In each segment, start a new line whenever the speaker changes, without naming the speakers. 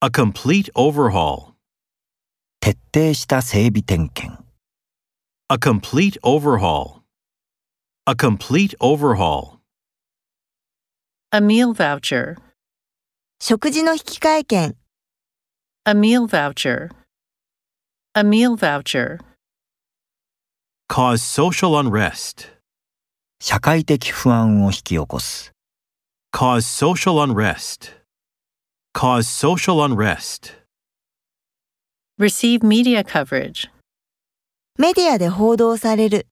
A complete overhaul.
徹底した整備点検
A complete overhaul. A complete overhaul.
A meal voucher.
食事の引換券、
A meal voucher. A meal voucher.
Cause social unrest.
社会的不安を引き起こす
Cause social unrest. Cause social unrest.
Receive media coverage.
メディアで報道される、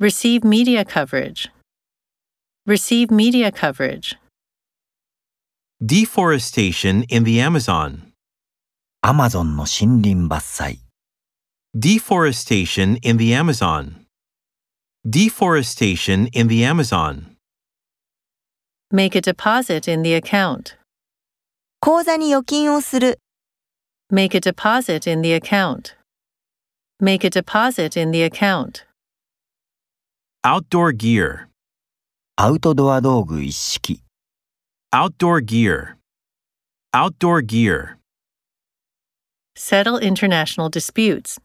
Receive media coverage. Receive media coverage.
Deforestation in the Amazon.
アマゾンの森林伐採
Deforestation in the Amazon. Deforestation in the Amazon.
Make a deposit in the account.
口座に預金をする、
Make a deposit in the account. Make a deposit in the account.
Outdoor gear.
アウトドア道具一式
Outdoor gear. Outdoor gear.
Settle international disputes.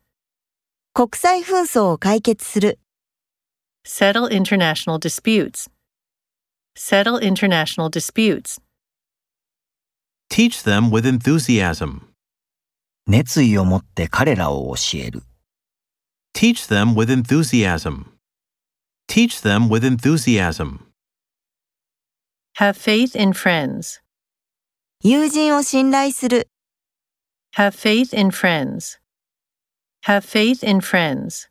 国際紛争を解決する、
Settle international disputes. Settle international disputes.
Teach them with enthusiasm.
熱意を持って彼らを教える
Teach them with enthusiasm. Teach them with enthusiasm.
Have faith in friends.
友人を信頼する。
Have faith in friends. Have faith in friends.